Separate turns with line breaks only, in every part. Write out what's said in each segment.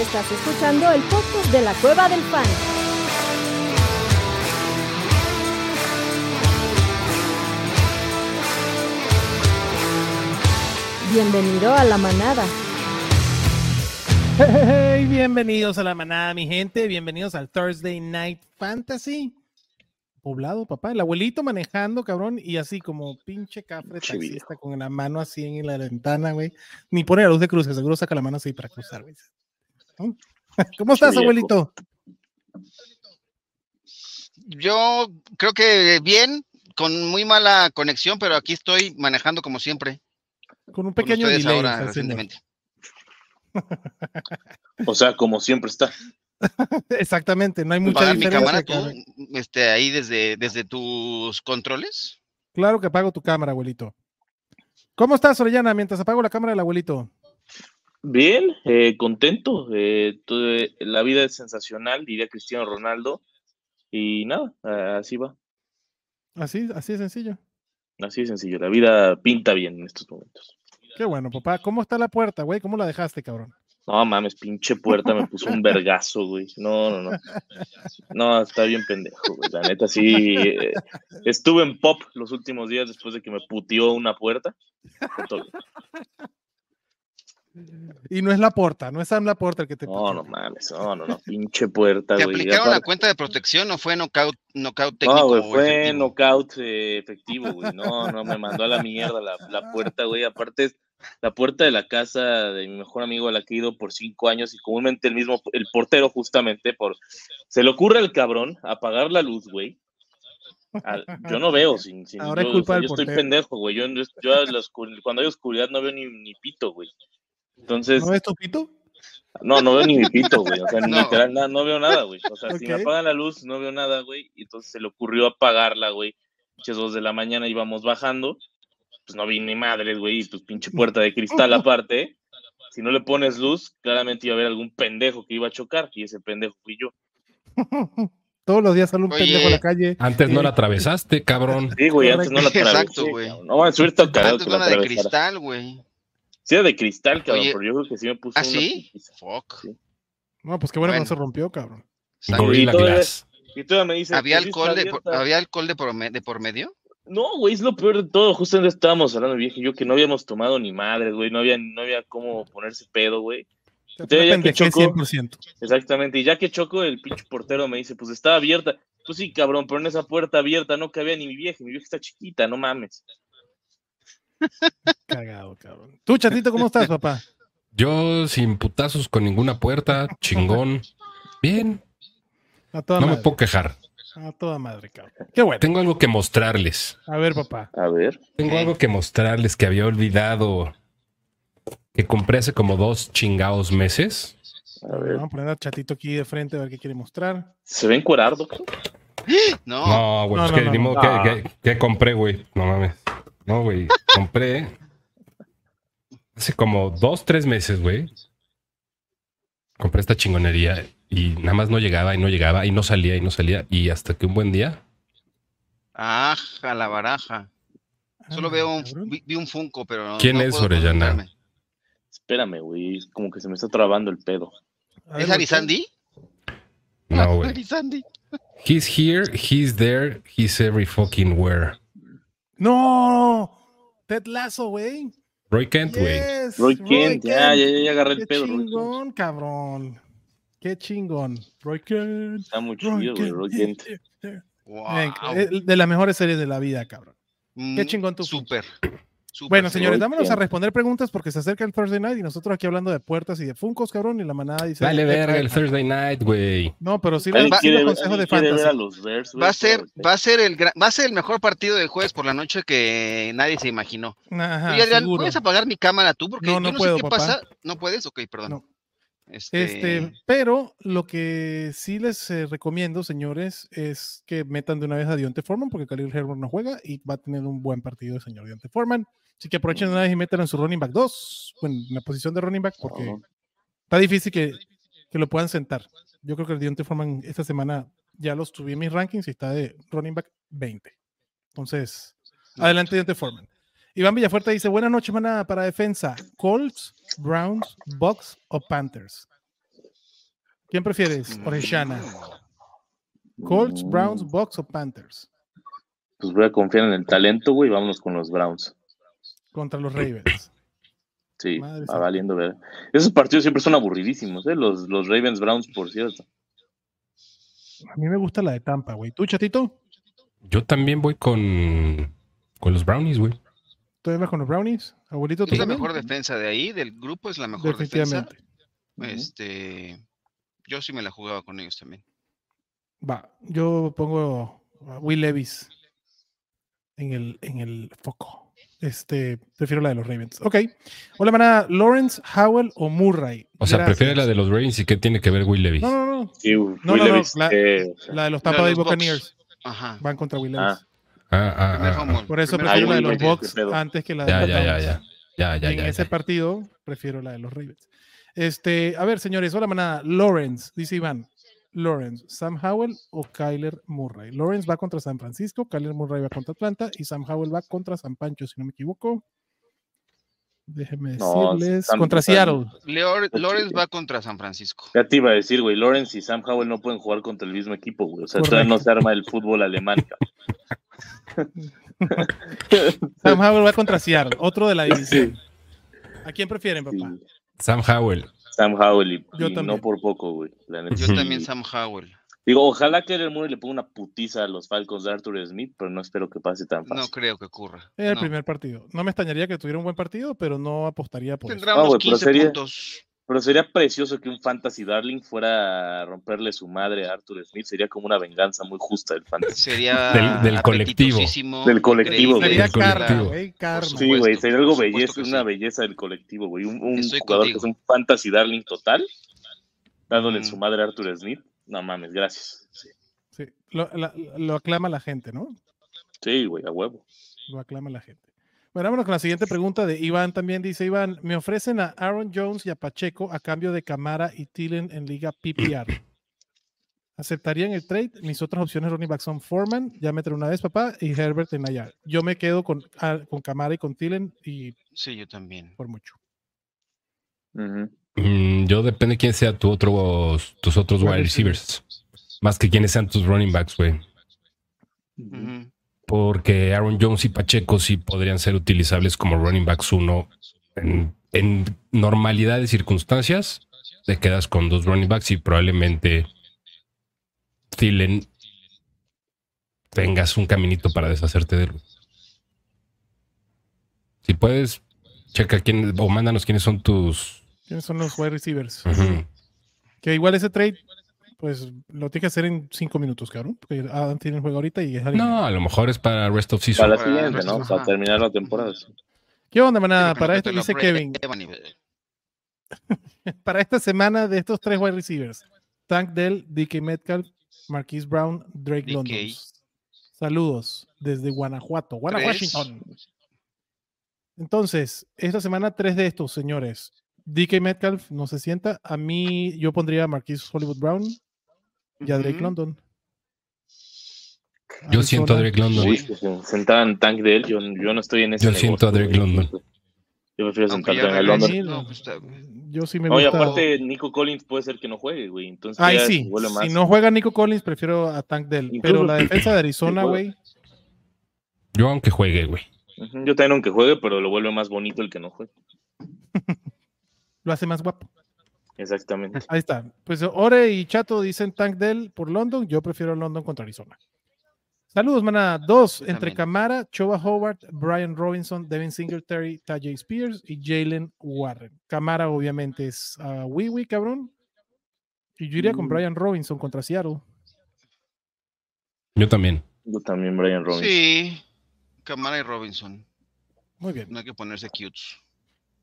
Estás escuchando el podcast de la Cueva del Fan. Bienvenido a la manada.
Hey, bienvenidos a la manada, mi gente. Bienvenidos al Thursday Night Fantasy. Poblado, papá. El abuelito manejando, cabrón, y así como pinche cafre
Pinche viejo.
taxista con la mano así en la ventana, güey. Ni pone la luz de cruz, que seguro saca la mano así para cruzar, güey. ¿No? ¿Cómo estás,
viejo.
abuelito?
Yo creo que bien, con muy mala conexión, pero aquí estoy manejando como siempre.
Con un
con
pequeño
ustedes
delay.
ahora
está haciendo.
recientemente.
O sea, como siempre está.
Exactamente, no hay mucha
Apagar mi
diferencia.
cámara tú,
cabrón.
este, ahí desde, desde tus controles.
Claro que apago tu cámara, abuelito. ¿Cómo estás, Orellana, mientras apago la cámara del abuelito?
Bien, eh, contento. eh, todo- eh, la vida es sensacional, diría Cristiano Ronaldo. Y nada, a- así va.
Así, así de sencillo.
Así de sencillo. La vida pinta bien en estos momentos.
Qué bueno, papá. ¿Cómo está la puerta, güey? ¿Cómo la dejaste, cabrón?
No mames, pinche puerta me puso un vergazo, güey. No, no, no. No, está bien pendejo, güey. La neta, sí. eh, estuve en pop los últimos días después de que me puteó una puerta. Pero todo bien.
Y no es la puerta, no es Sam la puerta el que te
No,
pateó.
no mames, no, no, no. Pinche puerta,
¿Te
güey.
aplicaron la
Aparte-
cuenta de protección o fue knockout, knockout técnico?
No, güey,
o
fue
efectivo?
knockout eh, efectivo, güey. No, no, me mandó a la mierda la, la puerta, güey. Aparte, es la puerta de la casa de mi mejor amigo a la que he ido por cinco años y comúnmente el mismo, el portero justamente, por... Se le ocurre al cabrón apagar la luz, güey. Al- yo no veo, sin, sin-
Ahora
yo,
es culpa del
yo estoy
portero.
pendejo, güey. Yo, yo- yo a la oscur- cuando hay oscuridad no veo ni, ni pito, güey. Entonces,
¿No ves tu pito?
no, no veo ni mi pito, güey. O sea,
No.
literal, nada, no veo nada, güey. O sea, si me
Ok.
apagan la luz, no veo nada, güey. Y entonces se le ocurrió apagarla, güey. Pinches dos de la mañana íbamos bajando. Pues no vi ni madres, güey. Y pues pinche puerta de cristal aparte. Si no le pones luz, claramente iba a haber algún pendejo que iba a chocar. Y ese pendejo fui yo.
Todos los días sale un
Oye.
pendejo a la calle.
Antes no la atravesaste, cabrón.
Sí, güey, antes no la atravesé.
Exacto, güey.
cabrón. No, a subir tan cagado
Antes
que
Ah, no
la
era de
atravesara.
cristal, güey.
Sí, era de cristal, cabrón.
Oye.
Pero yo creo que sí me puso
¿Ah,
una
sí?
putiza.
Fuck.
No, pues qué bueno, que no
Bueno.
se rompió, cabrón.
Exacto.
Gorila.
Gorilla
Y todavía-
Glass.
Y todavía me dice.
¿Había
"Tu lista
alcohol, de por,
abierta".
¿había alcohol de, por, de por medio?
No, güey, es lo peor de todo. Justamente estábamos hablando, viejo, y yo que no habíamos tomado ni madres, güey. No había, no había cómo ponerse pedo, güey.
Una
Entonces, ya que
pendejez
chocó-
100%.
Exactamente. Y ya que choco, el pinche portero me dice, pues estaba abierta. Pues sí, cabrón, pero en esa puerta abierta no cabía ni mi vieja. Mi vieja está chiquita, no mames.
Cagado, cabrón. Tú, chatito, ¿cómo estás, papá?
Yo sin putazos con ninguna puerta, chingón. Bien,
A toda
no me
madre.
puedo quejar.
A toda madre, cabrón. Qué bueno.
Tengo algo que mostrarles.
A ver, papá.
A ver.
Tengo
Ok.
algo que mostrarles que había olvidado que compré hace como dos chingados meses.
A ver.
Vamos a poner a chatito aquí de frente a ver qué quiere mostrar.
¿Se ve encuerado? cabrón?
No.
No, güey,
No,
pues
no,
que,
no,
ni
no.
modo
Ah.
que, que- que compré, güey. No mames. No, güey, compré hace como dos, tres meses, güey. Compré esta chingonería y nada más no llegaba y no llegaba y no salía y no salía. Y hasta que un buen día
Aja, la baraja. Solo
Ándale,
veo un,
Ah, cabrón.
vi, vi un Funko, pero no.
¿Quién
no
es
puedo
Orellana?
concentrarme.
Espérame, güey. es Como que se me está trabando el pedo.
A ver,
¿Es
voltea.
Arisandi?
No, güey.
Arisandi.
He's here, he's there, he's every fucking where.
¡No! Ted Lazo, güey.
Roy Kent, güey.
Yes,
Roy Kent, ya,
Kent.
ya, ya agarré
Qué
el pedo, Roy Kent.
chingón, cabrón. Qué chingón. Roy Kent.
Está muy
Roy
chido, güey,
Kent.
Roy Kent.
Wow.
Ven, eh, De las mejores series de la vida, cabrón.
Mm,
chingón tu
Súper. súper,
Bueno,
sí.
señores,
Roy
vámonos a
Kent.
responder preguntas porque se acerca el Thursday Night y nosotros aquí hablando de puertas y de funcos, cabrón, y la manada dice...
Dale
"Eh,
verga
eh,
el Thursday night, güey.
No, pero sí los
¿Alguien
Va-
quiere ver-
consejos de
alguien quiere ver a
fantasy.
los Bears, güey?
Va a ser,
Espérate.
va a ser el gran- va a ser el mejor partido del jueves por la noche que nadie se imaginó.
Ajá,
Oye, Adrián,
Ah, seguro.
¿puedes apagar mi cámara tú? Porque
No,
yo
no
no,
puedo,
sé qué
papá.
pasa. ¿No puedes? Ok, perdón.
No.
Este,
Este, pero lo que sí les eh, recomiendo, señores, es que metan de una vez a Dionte Foreman, porque Khalil Herbert no juega y va a tener un buen partido el señor Dionte Foreman. Así que aprovechen de una vez y métanlo en su running back 2, bueno, en la posición de running back, porque
Ajá.
está difícil que, que lo puedan sentar. Yo creo que el Dionte Foreman esta semana ya los subí en mis rankings y está de running back 20. Entonces, adelante Dionte Foreman. Iván Villafuerte dice, buenas noches, manada, para defensa. Colts, Browns, Bucks o Panthers. ¿Quién prefieres,
Mm.
Orellana? ¿Colts, Browns, Bucks o Panthers?
Pues voy a confiar en el talento, güey. Vámonos con los Browns.
Contra
Eh.
los Ravens.
Sí,
Madre
va
santa.
valiendo ver. Esos partidos siempre son aburridísimos, ¿eh? Los, los Ravens Browns, por cierto.
A mí me gusta la de Tampa, güey. ¿Tú, chatito?
Yo también voy con, con los brownies, güey.
¿Todavía vas con los Brownies? Abuelito, ¿tú
Es la
también?
mejor defensa de ahí, del grupo es la mejor defensa.
Definitivamente.
Este, yo sí me la jugaba con ellos también.
Va, yo pongo a Will Levis en el, en el foco. Este, prefiero la de los Ravens. Ok. Hola, manada. ¿Lawrence, Howell o Murray?
O sea, prefiere
Gracias.
la de los Ravens y qué tiene que ver Will Levis.
No, no, no.
Sí, Will
no, no,
Levis,
la-
eh,
La de los
La de
Tampa Bay
los Bucks.
Buccaneers
Ajá.
van contra Will
Ah.
Levis.
Ah, ah,
primer
ah, ah.
fumble,
Por eso
primer
prefiero la de
Ahí,
los
fumble.
güey,
Bucks
qué pedo.
antes que la de
Ya,
los
ya, ya,
Browns.
ya. Ya, ya,
Y en
ya,
ese
ya.
partido prefiero la de los Ravens. Este, a ver, señores, hola manada. Lawrence, dice Iván. Lawrence, Sam Howell o Kyler Murray. Lawrence va contra San Francisco, Kyler Murray va contra Atlanta y Sam Howell va contra San Pancho, si no me equivoco. Déjenme
No,
decirles.
Sam-
contra
Sam-
Seattle.
Leor- Lawrence va contra San Francisco.
Ya te iba a decir, güey, Lawrence y Sam Howell no pueden jugar contra el mismo equipo, güey. O sea, todavía no se arma el fútbol alemán. cabrón.
Sam Howell va contra Seattle, otro de la división.
Sí,
¿A quién prefieren,
sí.
papá?
Sam Howell.
Sam Howell y,
Yo
y
también.
no por poco, güey. la neta.
Yo
Ujú.
también Sam Howell.
Digo, ojalá que el Murray le ponga una putiza a los Falcons de Arthur Smith, pero no espero que pase tan
No
fácil.
creo que ocurra.
Era el
no.
primer partido. No me extrañaría que tuviera un buen partido, pero no apostaría por eso.
Tendrá
No,
unos
Ah, güey, pero
15
sería-
puntos.
Pero sería precioso que un Fantasy Darling fuera a romperle su madre a Arthur Smith. Sería como una venganza muy justa del Fantasy.
Sería
Del- del colectivo.
apetitosísimo,
Del colectivo,
increíble.
Sería
del colectivo.
karma, güey, karma.
Sí, güey,
supuesto,
sería algo
por supuesto
belleza,
que
una
sí.
belleza del colectivo, güey. Un, un
Estoy
jugador que es
contigo.
un Fantasy Darling total, dándole en
Mm.
su madre a Arthur Smith. No mames, gracias. Sí.
Sí, Lo, la- lo aclama la gente, ¿no?
Sí, güey, a huevo.
Lo aclama la gente. Bueno, vámonos con la siguiente pregunta de Iván. También dice Iván, me ofrecen a Aaron Jones y a Pacheco a cambio de Camara y Tillen en liga PPR. ¿Aceptarían el trade? Mis otras opciones running back son Foreman, ya meter una vez papá, y Herbert en allá. Yo me quedo con, a- con Camara y con Tillen y
Sí, yo también.
por mucho.
Mm, yo depende quién sea tu otro, tus otros
Wide
wide receivers. Más que quiénes sean tus running backs, güey.
Ujú.
Porque Aaron Jones y Pacheco sí podrían ser utilizables como running backs uno. En, en normalidad de circunstancias, te quedas con dos running backs y probablemente Thielen tengas un caminito para deshacerte de él. Si puedes, checa quién o mándanos quiénes son tus.
¿Quiénes son los wide receivers?
Ujú.
Que igual ese trade, pues lo tienes que hacer en cinco minutos, cabrón. Porque Adam Tillen juega ahorita y es alguien.
No, a lo mejor es para rest of
Para
season.
la
Para
siguiente, ¿no?
nosotros,
Para
ajá.
terminar la temporada. sí.
¿Qué onda, manada?
Digo que
Ah, Para
no
esto
te lo
dice Kevin.
aprueban y-
para esta semana de estos tres wide receivers: Tank Dell, DK Metcalf, Marquise Brown, Drake
DK.
London. Saludos desde Guanajuato, Guanajuato. Washington. Entonces, esta semana tres de estos señores. DK Metcalf no se sienta. A mí, yo pondría a Marquise Hollywood Brown y a Drake
Ujú.
London.
Yo siento a Drake London.
Sí, que se sentaban tank de él. Yo, yo no estoy en ese.
Yo siento a
negocio,
Drake
güey.
London.
Yo prefiero
Aunque
sentarte
ya
en el London.
regrese, no, pues, está-
Yo sí me
Oye,
gusta.
aparte, Nico Collins puede ser que no juegue, güey. Entonces,
Ay,
ya se
sí.
vuelve
Si
más.
no juega Nico Collins, prefiero a Tank Dell. Pero
Incluso-
la defensa de Arizona,
Sí,
güey.
Yo, aunque juegue, güey.
Ujú, Yo también, aunque juegue, pero lo vuelve más bonito el que no juegue.
Lo hace más guapo.
Exactamente.
Ahí está. Pues Ore y Chato dicen Tank Dell por London. Yo prefiero London contra Arizona. Saludos, maná. Dos,
Yo
entre
también.
Camara, Choba Howard, Brian Robinson, Devin Singletary, Tajay Spears y Jalen Warren. Camara, obviamente, es a Wiwi, cabrón. Y yo iría con
Mm.
Brian Robinson contra Seattle.
Yo también.
Yo también, Brian Robinson.
Sí, Camara y Robinson.
Muy bien.
No hay que ponerse cutes.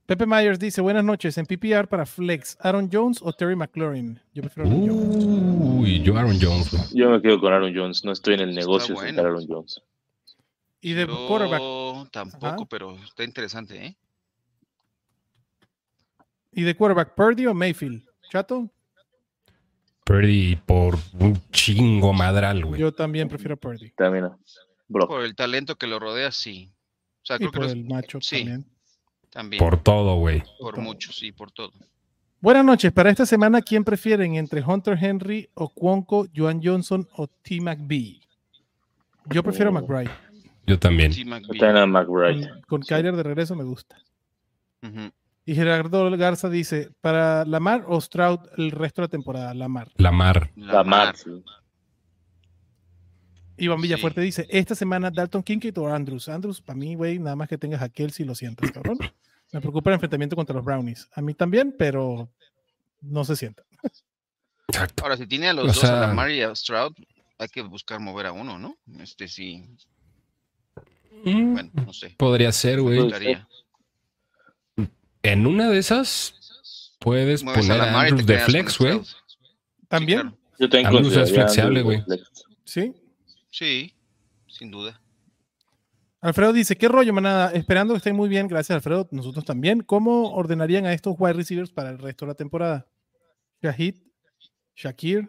Pepe Myers dice: Buenas noches. En PPR para Flex, Aaron Jones o Terry McLaurin. Yo prefiero a Aaron
Uh.
Jones.
Uy, yo Aaron Jones, güey.
Yo me quedo con Aaron Jones. No estoy en el negocio de
bueno.
sentar a Aaron Jones.
Y de
Yo
quarterback.
tampoco,
Ajá.
pero está interesante, ¿eh?
Y de quarterback, Purdy o Mayfield. Chato,
Purdy por un chingo madral, güey.
yo también prefiero a Purdy.
También, ah, Brock.
Por el talento que lo rodea, sí. O
Y
sea, Ah, creo que
por
los-
el macho
sí.
también.
también, por,
Por todo, güey.
todo.
muchos y por todo.
Buenas noches. Para esta semana, ¿quién prefieren entre Hunter Henry o Cuonco, Joan Johnson o T. McBee? Yo prefiero a McBride.
Yo también.
Sí, McBee.
Tana McBride.
Con, con
Sí.
Kyler de regreso me gusta.
Ujú.
Y Gerardo Garza dice, ¿para Lamar o Stroud el resto de la temporada? Lamar.
Lamar.
La Mar.
Iván
Sí.
Villafuerte dice, esta semana Dalton Kincaid o Andrews. Andrews, para mí, güey, nada más que tengas a Kelsey, lo siento, cabrón. Me preocupa el enfrentamiento contra los Brownies. A mí también, pero no se sienta.
Exacto.
Ahora, si tiene a los
O
dos, a
sea-
Lamar y a Stroud, hay que buscar mover a uno, ¿no? Este sí,
Mm,
bueno, no sé.
Podría ser, güey.
Pues-
Buscaría.
En una de esas puedes
Mueves a
poner a
Lamar y te
Andrews de
quedas con
flex, güey.
Stroud.
También,
claro.
Yo también
Andrews es
consideraría a
flexible,
Andrews flex.
sí.
Sí, sin duda.
Alfredo dice, ¿qué rollo, manada? Esperando que estén muy bien, gracias Alfredo, nosotros también. ¿Cómo ordenarían a estos wide receivers para el resto de la temporada? Shahid, Shakir,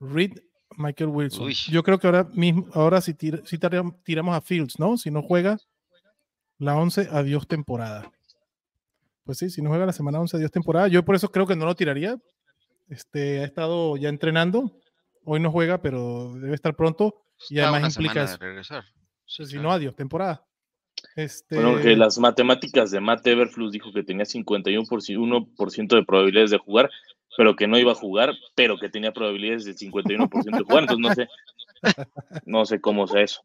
Reed, Michael Wilson.
Uy.
Yo creo que ahora mismo, ahora si, tir- si tar- tiramos a Fields, ¿no? Si no juega la 11, adiós temporada. Pues sí, si no juega la semana 11, adiós temporada. Yo por eso creo que no lo tiraría. Este, ha estado ya entrenando. Hoy no juega, pero debe estar pronto. Y
Está
además
una
implica
semana de
eso.
regresar. Sí,
Pues, si
claro.
no, adiós, temporada. Este,
Bueno, que las matemáticas de Matt Everflux dijo que tenía 51% de probabilidades de jugar, pero que no iba a jugar, pero que tenía probabilidades de 51% de jugar. Entonces no sé, no sé cómo sea eso.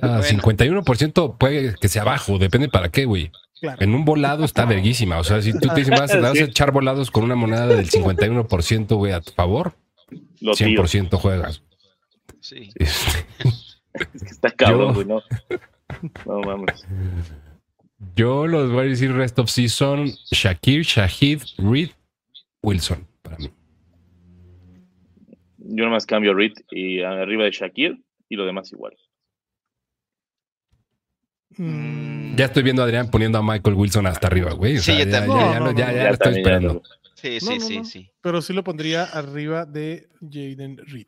Ah,
Bueno.
51% puede que sea bajo, depende para qué, güey.
claro.
En un volado está verguísima. O sea, si tú te dicen, vas, vas a echar volados con una moneda del 51%, güey, a tu favor,
Lo tiro.
100% juegas.
Sí.
Este,
Es que está cabrón,
Yo-
güey, no. No mames.
Yo los voy a decir rest of season, Shakir, Shahid, Reed, Wilson, para mí.
Yo nomás cambio a Reed y arriba de Shakir y lo demás igual.
Mm,
Ya estoy viendo a Adrián poniendo a Michael Wilson hasta arriba, güey. O
Sí,
sea,
yo
ya,
también.
ya- ya
No,
lo-
no,
ya-
no,
ya
no.
lo estoy
también, ya
esperando.
lo-
Sí,
No,
sí,
no,
sí,
no.
sí.
Pero sí lo pondría arriba de Jaden Reed.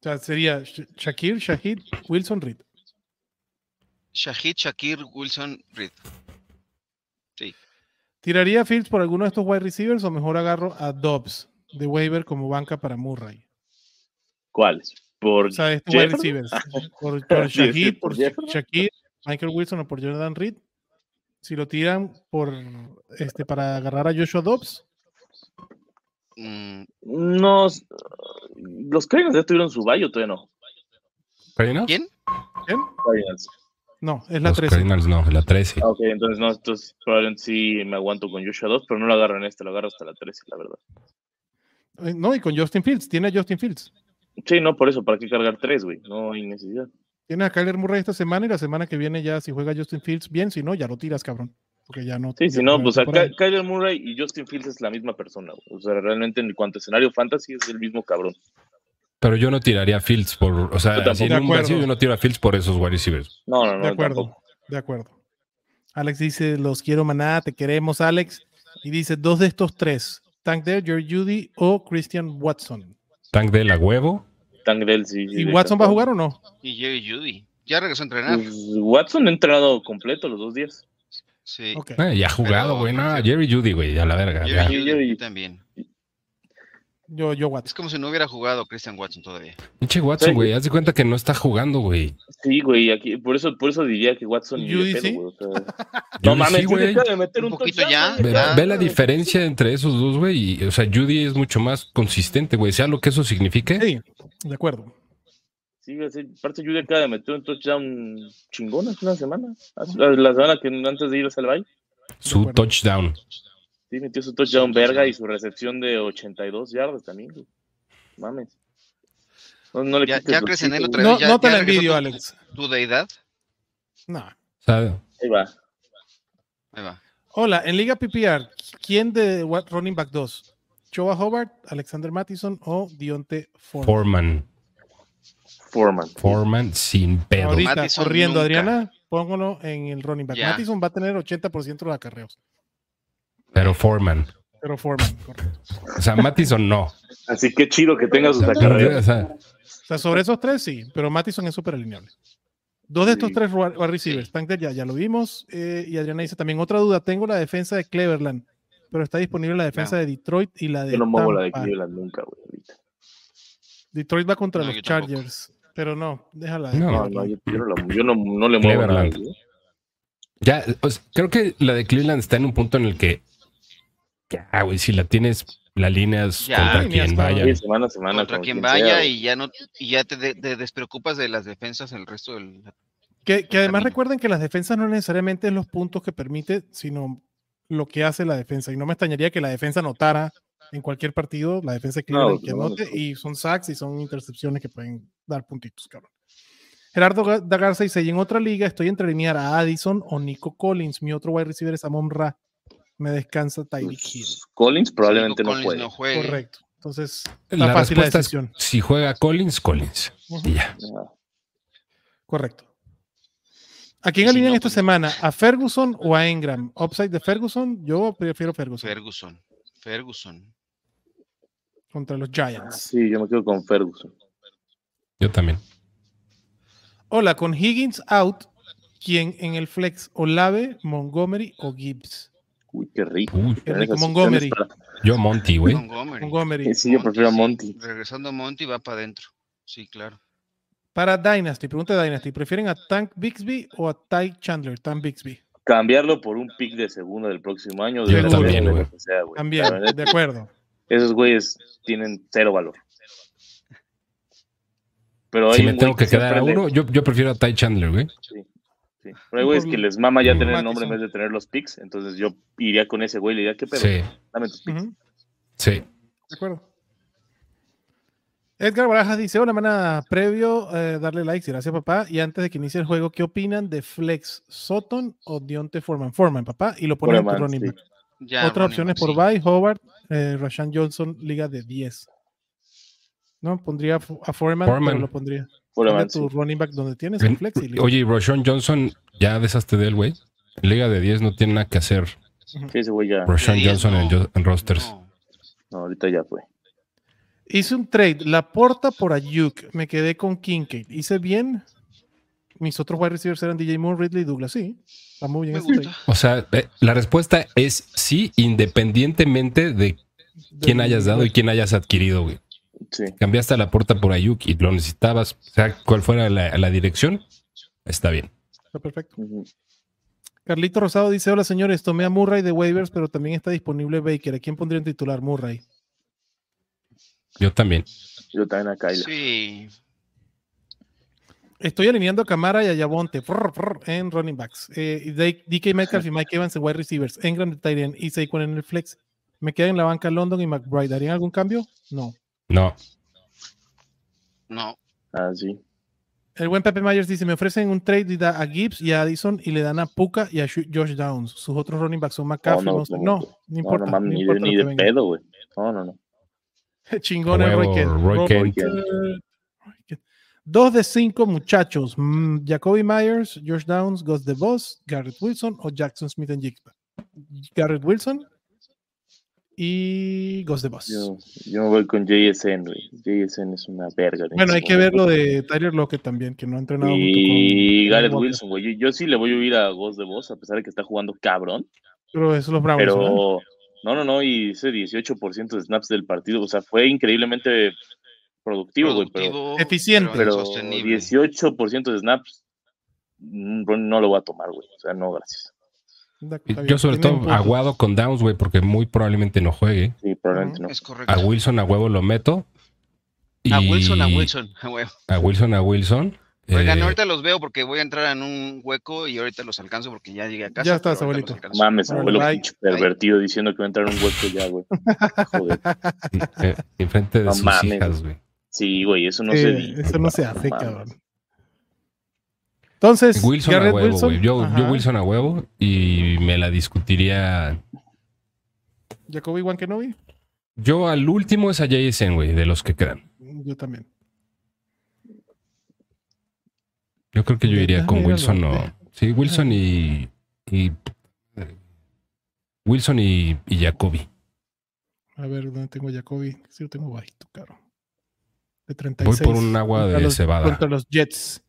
O sea, sería Sh- Shakir, Shahid, Wilson, Reed.
Shahid, Shakir, Wilson, Reed.
¿Tiraría a Fields por alguno de estos wide receivers o mejor agarro a Dobbs de waiver como banca para Murray?
¿Cuáles? Por
O sea, de estos wide
Jefferson.
receivers. Por,
Iba a
por
decir,
Shahid,
¿por
por
Jefferson?
Shakir, Michael Wilson o por Jordan Reed. Si lo tiran por este para agarrar a Joshua Dobbs,
Mm,
no. Los Cardinals ya tuvieron su bayo, todavía no.
¿Cardinals?
¿Quién?
¿bien?
Cardinals.
No, es la
Los
13.
Cardinals no, la 13.
Ah, ok, entonces no, entonces probablemente sí me aguanto con Joshua 2, pero no lo agarro en este, lo agarro hasta la 13, la verdad.
Eh, No, y con Justin Fields. Tiene a Justin Fields.
Sí, no, por eso, ¿para qué cargar 3, güey? No hay necesidad.
Tienes a Kyler Murray esta semana y la semana que viene ya si juega Justin Fields bien, si no, ya lo tiras, cabrón. Porque ya no.
Sí,
ya
si no,
juega
pues a
temporada.
Ky- Kyler Murray y Justin Fields es la misma persona, güey. O sea, realmente en cuanto a escenario fantasy es el mismo cabrón.
Pero yo no tiraría a Fields por. O sea,
Yo tampoco.
así en
De
un
acuerdo.
vacío yo no tiro a Fields por esos wide receivers.
No, no, no,
De acuerdo,
tampoco.
de acuerdo. Alex dice, los quiero maná, te queremos, Alex. Y dice, dos de estos tres, Tank Dell, George Judy o Christian Watson.
Tank de la huevo.
Tank Dell sí. sí,
¿Y
de
Watson va a jugar
campeón.
o no?
Y Jerry Judy. Ya regresó a entrenar.
Pues, Watson ha entrenado completo los dos días.
Sí.
Ok.
Eh, ya ha jugado,
Pero-
güey. No, Jerry Judy, güey, a la verga. ya.
Jerry
Jerry
Judy
Jeudy.
también.
Yo, yo
Es
Watson.
como si no hubiera jugado Christian Watson todavía.
Pinche Watson,
Sí.
güey. Haz de cuenta que no está jugando, güey.
Sí, güey, aquí, por eso, por eso diría que Watson y
Judy
de pedo,
sí.
güey, o sea,
Judy
no mames, Ah.
sí,
Judy
güey.
acaba de meter
Un
un,
poquito
touchdown,
ya,
güey,
Ve,
ya.
ve la diferencia entre esos dos, güey. y, O sea, Judy es mucho más consistente, güey. Sea lo que eso signifique.
Sí, de acuerdo.
Sí, güey, sí, aparte Judy acaba de meter un touchdown chingón hace una semana. Hace- La, la semana que antes de irse al baile.
su
acuerdo.
touchdown.
Sí, metió su touchdown verga y su recepción de 82 yardas también. güey. Mames. No, no le
Ya-
quites
ya
los
crecen él
chicos,
otra
güey.
No,
vez, ya-
no te
ya
la
regresó
envidio,
tu-
Alex.
¿Tu deidad?
No.
O sea,
Ahí va.
Ahí va.
Hola, en Liga PPR, ¿quién de wa- running back 2? ¿Choa Hobart, Alexander Mattison o Dionte Ford?
Foreman.
Foreman.
Foreman sin pedo.
Ahorita,
Mattison
corriendo,
nunca.
Adriana, póngalo en el running back.
Ya.
Mattison va a tener 80% de los acarreos,
Pero Foreman.
pero Foreman, correcto.
O sea, Mattison no.
Así que chido que tenga sus
O
acarreos.
sea,
O sea, sobre esos tres sí, pero Mattison es súper alineable. Dos de estos
Sí.
tres ru- wide receivers,
Sí.
Tank Dell ya, ya lo vimos, eh, y Adriana dice también, otra duda, tengo la defensa de Cleveland. pero está disponible la defensa
No.
de Detroit y la de.
Yo no muevo la de
Tampa.
Cleveland nunca, güey. ahorita.
Detroit va contra
No,
los
yo tampoco.
Chargers, pero no, déjala. de
No,
No,
Cleveland.
no, yo, yo no, la- yo no- no le muevo nada,
Cleveland.
güey.
Ya, o sea, creo que la de Cleveland está en un punto en el que. Ya, güey, si la tienes, la línea es
Ya.
contra
Líneas,
quien
cabrón.
vaya.
Sí, semana a semana.
Contra
con
quien
sea,
vaya
güey.
y ya no y ya te, de- te despreocupas de las defensas el resto del
Que, que además
Camino.
recuerden que las defensas no necesariamente es los puntos que permite, sino lo que hace la defensa. Y no me extrañaría que la defensa anotara en cualquier partido, la defensa de Cleveland que
no, no,
anote,
no.
y son sacks y son intercepciones que pueden dar puntitos, cabrón. Gerardo Ga- da Garza dice, y en otra liga estoy entre alinear a Addison o Nico Collins. Mi otro wide receiver es Amon Ra. Me descansa Tyreek Hill.
Pues, Collins probablemente no
Nico Collins
puede.
no juegue.
Correcto. Entonces, está
La
fácil la
respuesta es:
decisión.
si juega Collins, Collins.
Ujú.
Y ya.
Ah,
Correcto. ¿A quién
Y si
alinean
no,
esta
pues-
semana? ¿A Ferguson o a Engram? ¿Upside de Ferguson? Yo prefiero Ferguson
Ferguson. Ferguson.
contra los Giants.
Ah, Sí, yo me quedo con Ferguson.
Yo también.
Hola, con Higgins out, ¿quién en el flex? ¿Olave, Montgomery o Gibbs?
Uy, qué rico.
Uy,
Qué
Tener
rico,
esas
Montgomery.
opciones para-
yo Monty, güey.
Montgomery.
Montgomery.
Sí, yo prefiero a Monty.
Regresando Monty va para adentro. Sí, claro.
Para Dynasty, pregunta Dynasty, ¿prefieren a Tank Bixby o a Ty Chandler? Tank Bixby.
Cambiarlo por un pick de segundo del próximo año.
Yo
De la
también,
verga, de
güey.
lo que sea, güey.
También,
Pues, La verdad,
de acuerdo.
esos güeyes tienen cero valor. Pero hay
Si me
un güey
tengo que
se
quedar a
prende-
uno, yo, yo prefiero a Ty Chandler, güey.
Sí. Pero hay güeyes que les mama ya
Mm.
tener el nombre en
Mattison.
vez de tener los picks. Entonces yo iría con ese güey y le diría, ¿qué pedo?
Sí,
Dame tus picks.
Ujú,
sí.
de acuerdo. Edgar Barajas dice, hola manada, previo eh, darle likes, gracias papá. Y antes de que inicie el juego, ¿qué opinan de Flex Sutton o Dionte Foreman? Foreman, papá, y lo ponen en tu
Foreman,
running
sí.
back.
Ya,
Otra
running
opción
back,
es por
sí.
Bay, Howard, eh, Rashan Johnson, liga de 10. No, pondría a Fo- a Foreman,
Foreman.
pero lo pondría.
Por
Pondría
avance.
tu running back donde tienes
Ven,
el flex y listo.
Oye, y Roshon Johnson, ya deshazte de él, güey. Liga de 10 no tiene nada que hacer.
Sí, ese güey ya.
Roshon
De 10
Johnson en,
no.
jo- en rosters.
No.
No, ahorita ya fue.
Hice un trade, la porta por Ayuk, me quedé con Kincaid. Hice bien. Mis otros wide receivers eran DJ Moore, Ridley y Douglas. Sí, está muy bien.
Me
ese trade.
gusta.
O sea, eh, la respuesta es sí, independientemente de quién
Del-
hayas dado y quién hayas adquirido, güey.
Sí.
Cambiaste a la puerta por Ayuk y lo necesitabas, o sea, cuál fuera la, la dirección, está bien.
Está perfecto.
Ujú.
Carlito Rosado dice: Hola señores, tomé a Murray de waivers, pero también está disponible Baker. ¿A quién pondría en titular? Murray.
Yo también.
Yo también a Kyla.
Sí.
Estoy alineando a Camara y a Yabonte prr, prr, en running backs. Eh, y Dake- DK Metcalf y Mike Evans en wide receivers. Engram de tight end y Saquon en el flex. Me quedan en la banca London y McBride. ¿Harían algún cambio? No.
No,
No.
Ah, sí.
El buen Pepe Myers dice, me ofrecen un trade y da a Gibbs y a Addison y le dan a Puka y a Shu- Josh Downs. Sus otros running backs son McCaffrey.
Oh, no,
No, sé. no,
no,
no,
no.
importa.
no, no
No,
mames, ni, de,
importa
ni
lo que
de
venga.
pedo, güey. No, no, no.
Chingón el
Huevo,
Roy Kent.
Roy
Roy
Kent.
Kent. Dos de cinco muchachos. Mm, Jacoby Myers, Josh Downs, Gus the Boss, Garrett Wilson o Jackson Smith and Jigba. Garrett Wilson y Gus the Boss.
Yo, yo me voy con JSN, güey. JSN es una verga. en
bueno, hay
este
que ver
momento.
lo de Tyler Lockett también, que no ha entrenado
Y
junto con-
Gareth
con Walker.
Wilson, güey. Yo, yo sí le voy a huir a Voz de Voz, a pesar de que está jugando cabrón.
Pero es los Browns. Ah, ¿verdad?
Pero no, no, no. Y ese 18% de snaps del partido. O sea, fue increíblemente productivo, güey. Pero,
Productivo,
Eficiente.
Pero,
pero
insostenible.
18% de snaps. mm, bro, No lo voy a tomar, güey. O sea, no, gracias.
Da- está bien,
yo sobre
tienen
todo
puntos.
aguado con Downs, güey, porque muy probablemente no juegue.
Sí, probablemente no.
Es correcto.
A Wilson a huevo lo meto. Y
A Wilson, a Wilson. a huevo.
A Wilson, a Wilson.
Oigan,
Eh,
ahorita los veo porque voy a entrar en un hueco y ahorita los alcanzo porque ya llegué a casa.
Ya estás,
pero ahorita
abuelito.
los alcanzo.
Mames,
Bueno,
abuelo
bye.
pinche pervertido diciendo que va a entrar un hueco ya, güey. Joder.
eh, enfrente de
No
sus
mames.
hijas, güey.
Sí, güey, eso no
Eh,
se dice.
eso no se
cabrón,
hace,
mames.
cabrón. Entonces,
Wilson
Garrett
a huevo, güey. Yo, yo
ajá,
Wilson a huevo y me la discutiría.
Jacoby Wankenobi,
Yo al último es a Jason, güey, de los que quedan.
yo también.
Yo creo que yo
Ve,
iría
déjame
con
ir a la
Wilson o.
bandeja.
Sí, Wilson y. y- eh, Wilson y, y Jacoby.
A ver, ¿dónde tengo a Jacoby? Sí, lo tengo bajito, caro. De
Voy
36.
por un agua
contra
de
los-
cebada.
Contra los Jets.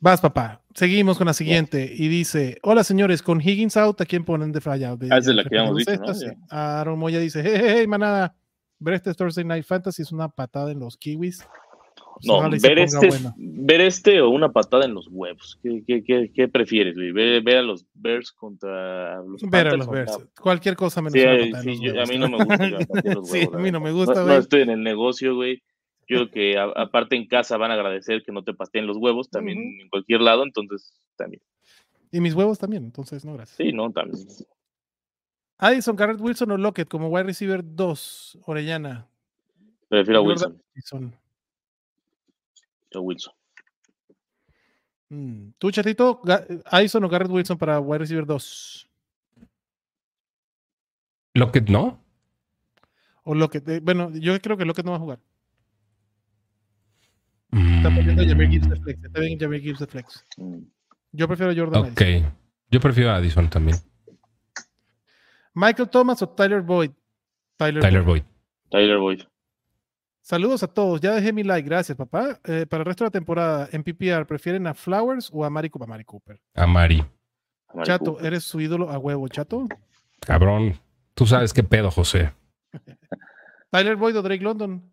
Vas, papá. Seguimos con la siguiente y dice: Hola señores, con Higgins out, ¿a quién ponen de falla?
Ah, es de la que habíamos dicho,
Esta,
¿no?
sí. Aaron Moya dice: Hey, hey, hey, manada, ver este Thursday Night Fantasy es una patada en los kiwis. Pues,
No,
Ojalá y se
ver
ponga
este,
buena.
ver este o una patada en los huevos. ¿Qué, qué, qué, qué prefieres, güey? Ver, ver a los Bears contra los
Ver a
Panthers
los
contra-
Bears. Cualquier cosa menos
Sí,
una
eh,
patada en
sí,
los
yo- a
huevos.
mí no me gusta. que me pateen los
Sí,
huevos, la
a mí no
neta.
me gusta,
No,
güey.
estoy en el negocio, güey. Yo creo que a- aparte en casa van a agradecer que no te pateen los huevos también
Ujú.
en cualquier lado, entonces también.
Y mis huevos también, entonces no, gracias.
Sí, no, también.
Addison, Garrett Wilson o Lockett como wide receiver 2, Orellana.
Prefiero a
Jordan
Wilson.
Addison.
A Wilson.
Mm. Tú, chatito, Ga- Addison o Garrett Wilson para wide receiver 2.
Lockett no.
O Lockett. eh, bueno, yo creo que Lockett no va a jugar. Está poniendo a Jameer Gibbs de
Mm,
flex. Está bien Jameer Gibbs de flex.
Mm.
Yo prefiero a Jordan
ok.
Addison.
Yo prefiero a Addison también.
Michael Thomas o Tyler Boyd. Tyler,
Tyler
Boyd.
Boyd.
Tyler Boyd.
Saludos a todos. Ya dejé mi like. Gracias, papá. Eh, para el resto de la temporada, en PPR, ¿prefieren a Flowers o a Mari, a Mari Cooper?
A Mari.
Amari
Chato,
Cooper.
eres su ídolo a huevo, chato.
Cabrón. Tú sabes qué pedo, José.
Tyler Boyd o Drake London.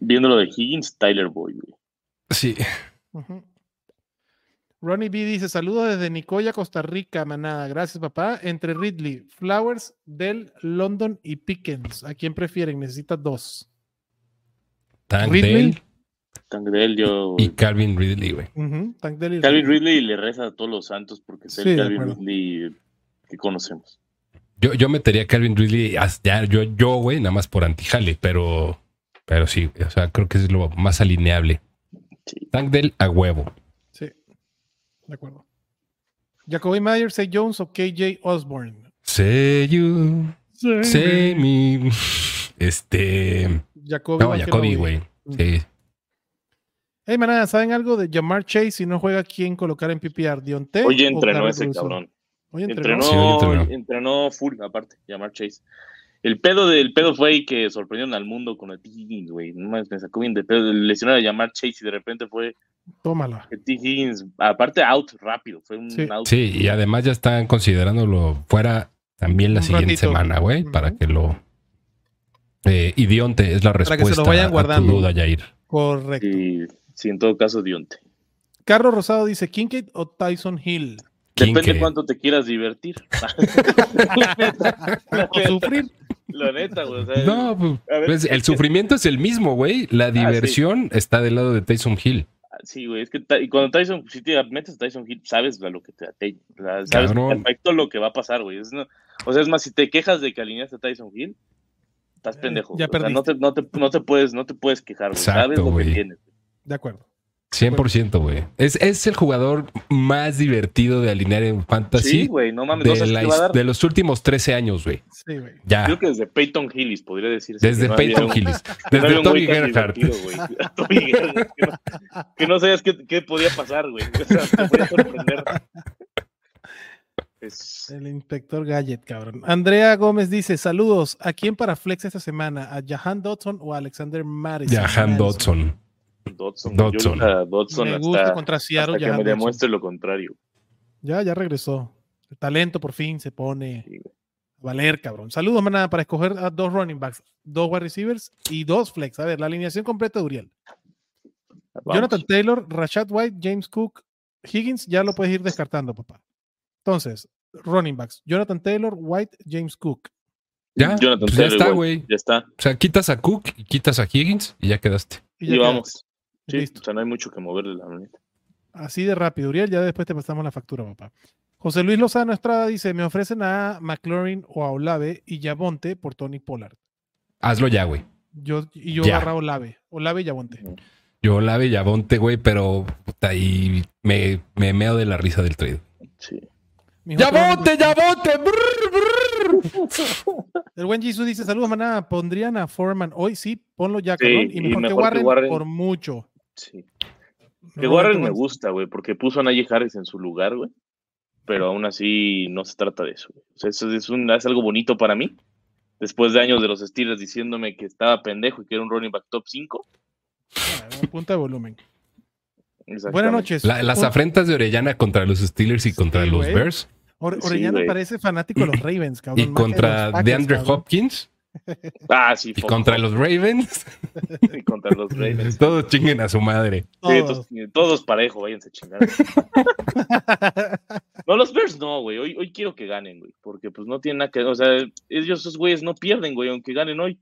Viendo lo de Higgins, Tyler Boyd, güey.
Sí.
Ujú. Ronnie B dice: Saludos desde Nicoya, Costa Rica, manada. Gracias, papá. Entre Ridley, Flowers, Dell, London y Pickens. ¿A quién prefieren? Necesita dos.
Tank
Ridley.
Dell
Tangrel, yo.
y Calvin Ridley, güey.
Ujú, Tank Dell y
Calvin
Ridley.
Ridley le reza a todos los santos porque es el
Sí, de
Calvin
acuerdo.
Ridley que conocemos.
Yo, yo metería a Calvin Ridley as- ya, yo, yo, güey, nada más por antijale, pero, pero sí, güey, o sea, creo que es lo más alineable.
Sí.
Tank Dell a huevo.
Sí, de acuerdo. Jacoby Myers, Say Jones o KJ Osborne.
Say you, say me. Este.
Jacoby.
No,
Michael
Jacoby,
Obi.
güey. Sí.
Hey, manada, ¿saben algo de Jamar Chase? Si no juega, ¿quién colocar en PPR? ¿Dionte?
Hoy entrenó ese cabrón.
Oye, entrenó.
Entrenó,
Sí, hoy entrenó.
entrenó full, aparte, llamar Chase. El pedo, de, el pedo fue ahí que sorprendieron al mundo con el T. Higgins, güey. No mames, me sacó bien de pedo. Lesionaron a llamar Chase y de repente fue
Tómala.
que T. Higgins, aparte out rápido, fue un
Sí.
out.
Sí, y además ya están considerándolo fuera también la
Un
siguiente
ratito.
semana, güey,
Ujú.
para que lo. Eh, idionte es la
Para que se lo
respuesta
vayan guardando.
a tu duda, Jair.
Correcto.
Y sí, en todo caso, Dionte.
Carlos Rosado dice: Kincaid o Tyson Hill.
Depende
Kincaid.
cuánto te quieras divertir. la neta, la
O
neta,
sufrir.
la neta, güey. o sea,
No, pues,
a ver,
pues, el sufrimiento es el mismo, güey.
Ah,
La diversión está del lado de Tyson Hill.
Sí, güey, es que Ty- y cuando Tyson, si te metes a Tyson Hill, sabes a lo que te ateñe, o sea, sabes
Cabrón.
perfecto lo que va a pasar, güey. Es una- o sea, es más, si te quejas de que alineaste a Tyson Hill, estás
Eh,
pendejo.
ya
güey. O sea, no, te, no, te, no te puedes, no te puedes quejar, güey.
Exacto,
sabes lo
güey.
que tienes.
De acuerdo.
100%, güey. Es, es el jugador más divertido de alinear en
Sí,
fantasy
güey, no mames, no
Pues de,
sabes
la
qué va a dar.
his- de los últimos 13 años, güey.
Sí, güey.
Ya,
Creo que desde Peyton Hillis podría decirse.
desde
que no había
Peyton
un-
Hillis,
no había
desde
un
Tommy
güey tan
Gerhardt.
divertido, güey. Tommy Gerhardt, que no- Que no sabías qué, qué podía pasar, güey. O sea, te podía sorprender. Es-
El inspector Gadget, cabrón. Andrea Gómez dice: Saludos. ¿A quién para flex esta semana? ¿A Jahan Dodson o a Alexander
Pues
Maris?
Ya, Han Dodson.
Dodson. güey. Yo
Dodson.
creo que a Dodson
Me
hasta,
gusta contra Seattle.
hasta que
Jahan
me
Dodson.
demuestre lo contrario.
Ya, ya regresó. El talento por fin se pone
Sí, güey.
a valer, cabrón. Saludos, manada, para escoger a dos running backs, dos wide receivers y dos flex. A ver, la alineación completa de Uriel.
Vamos.
Jonathan Taylor, Rashad White, James Cook, Higgins, ya lo puedes ir descartando, papá. Entonces, running backs, Jonathan Taylor, White, James Cook.
Ya,
Jonathan
pues ya
Taylor,
está,
güey.
güey.
Ya está.
O sea, quitas a Cook y quitas a Higgins y ya quedaste.
ya
Y
quedaste.
vamos. Sí,
Listo.
o sea, no hay mucho que moverle la neta.
Así de rápido, Uriel, ya después te pasamos la factura, papá. José Luis Lozano Estrada dice, me ofrecen a McLaurin o a Olave y Yabonte por Tony Pollard.
Hazlo ya, güey.
Yo, y yo
Ya.
agarra Olave. Olave y Yabonte.
Yo la Bellavonte, güey, pero puta, y me, me meo de la risa del trade.
Sí.
Mis otros-
¡Yabonte, Yabonte! brr, brr!
El buen Jesus dice, saludos, manada. ¿Pondrían a Foreman hoy? Sí, ponlo ya,
Sí,
cabrón. Y
y
mejor, que,
mejor que
Warren
Warren.
por mucho.
sí.
No,
Que
no,
Warren
no,
me
no.
gusta, güey, porque puso a Najee Harris en su lugar, güey. Pero aún así no se trata de eso. güey. O sea, eso es, un, es algo bonito para mí. Después de años de los Steelers diciéndome que estaba pendejo y que era un running back top 5.
Ah, Punta de volumen. Buenas noches.
La- las
Un-
afrentas de Orellana contra los Steelers y contra
Oh. Sí,
los
güey.
Bears
Ore-
Sí,
Orellana
güey.
parece fanático de los Ravens, cabrón.
y
más que de
contra
los Packers,
DeAndre
cabrón.
Hopkins
Ah, sí,
y
fo-
contra los Ravens.
y contra los Ravens.
Todos chinguen a su madre.
Sí,
Todos.
todos, todos parejo, váyanse a chingar. no, los Bears no, güey. Hoy, hoy quiero que ganen, güey. Porque pues no tienen nada que. O sea, ellos, esos güeyes, no pierden, güey, aunque ganen hoy.